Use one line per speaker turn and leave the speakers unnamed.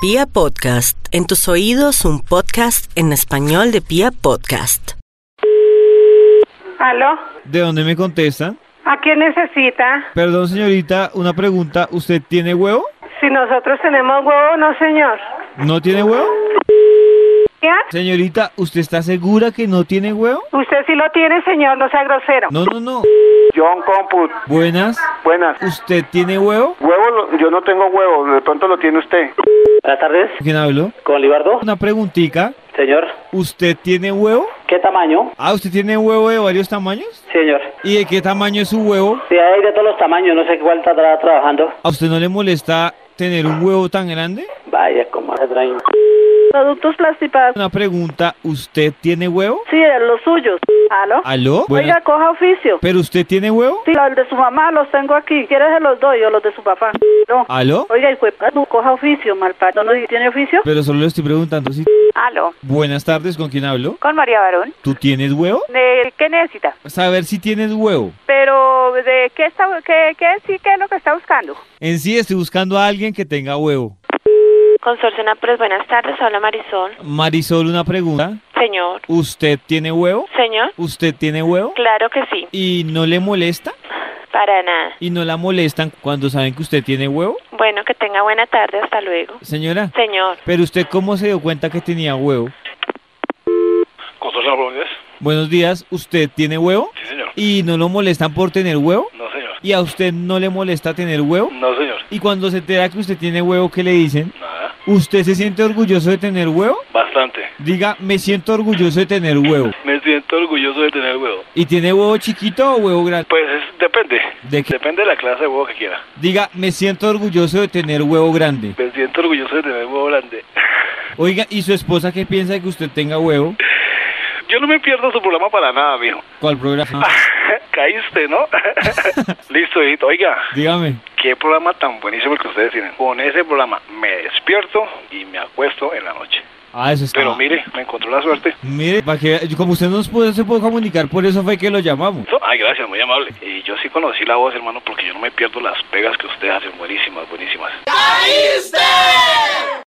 Pia Podcast, en tus oídos un podcast en español de Pia Podcast.
¿Aló?
¿De dónde me contesta?
¿A quién necesita?
Perdón, señorita, una pregunta. ¿Usted tiene huevo?
Si nosotros tenemos huevo, no, señor.
¿No tiene huevo?
¿Ya?
Señorita, ¿usted está segura que no tiene huevo?
Usted sí lo tiene, señor, no sea grosero.
No, no, no.
John Comput,
Buenas.
buenas.
¿Usted tiene huevo?
Huevo, lo- yo no tengo huevo, de pronto lo tiene usted.
Buenas tardes,
¿Quién habló?
con Libardo.
Una preguntica.
Señor,
¿Usted tiene huevo?
¿qué tamaño?
Ah, ¿usted tiene huevo de varios tamaños?
Señor,
¿Y de qué tamaño es su huevo?
si hay de todos los tamaños, no sé cuál estará trabajando.
¿A usted no le molesta tener un huevo tan grande?
Vaya, como hace traen.
Productos plásticos,
Una pregunta. ¿Usted tiene huevo?
sí, de los suyos. ¿Aló?
¿Aló?
Oiga,
Buenas.
coja oficio.
¿Pero usted tiene huevo?
Sí, los de su mamá los tengo aquí. ¿Quieres se los doy o los de su papá? No.
¿Aló?
Oiga, el cuepa, no coja oficio, malparido. ¿No tiene oficio?
Pero solo le estoy preguntando si...
Aló,
Buenas tardes, ¿con quién hablo?
con María Barón.
¿Tú tienes huevo?
¿De qué necesita?
Saber si tienes huevo.
Pero, ¿de qué está, qué, qué, sí, qué es lo que está buscando?
En sí estoy buscando a alguien que tenga huevo.
Consorcio Naples, pues, buenas tardes, habla Marisol.
Marisol, una pregunta.
Señor,
¿Usted tiene huevo?
señor,
¿Usted tiene huevo?
claro que sí,
¿Y no le molesta?
para nada.
¿Y no la molestan cuando saben que usted tiene huevo?
Bueno, que tenga buena tarde, hasta luego.
Señora,
Señor,
¿pero usted cómo se dio cuenta que tenía huevo?
Consorcio Bermúdez.
Buenos días, ¿usted tiene huevo?
Sí, señor.
¿Y no lo molestan por tener huevo?
No, señor.
¿Y a usted no le molesta tener huevo?
No, señor.
¿Y cuando se entera que usted tiene huevo, qué le dicen?
Nada.
¿Usted se siente orgulloso de tener huevo?
Bastante.
Diga, me siento orgulloso de tener huevo.
Me siento orgulloso de tener huevo.
¿Y tiene huevo chiquito o huevo grande?
Pues es- depende.
¿De qué?
Depende de la clase de huevo que quiera.
Diga, me siento orgulloso de tener huevo grande.
Me siento orgulloso de tener huevo grande.
Oiga, ¿y su esposa qué piensa de que usted tenga huevo?
Yo no me pierdo su programa para nada, mijo.
¿Cuál programa?
Caíste, ¿no? Listo, hijito. Oiga,
Dígame.
qué programa tan buenísimo el que ustedes tienen. Con ese programa me despierto y me acuesto en la noche.
Ah, eso está.
Pero mire, me encontró la suerte.
Mire, para que, como usted nos pudo, se pudo comunicar, por eso fue que lo llamamos.
No, Ay, gracias, muy amable. Y yo sí conocí la voz, hermano, porque yo no me pierdo las pegas que ustedes hacen. Buenísimas, buenísimas.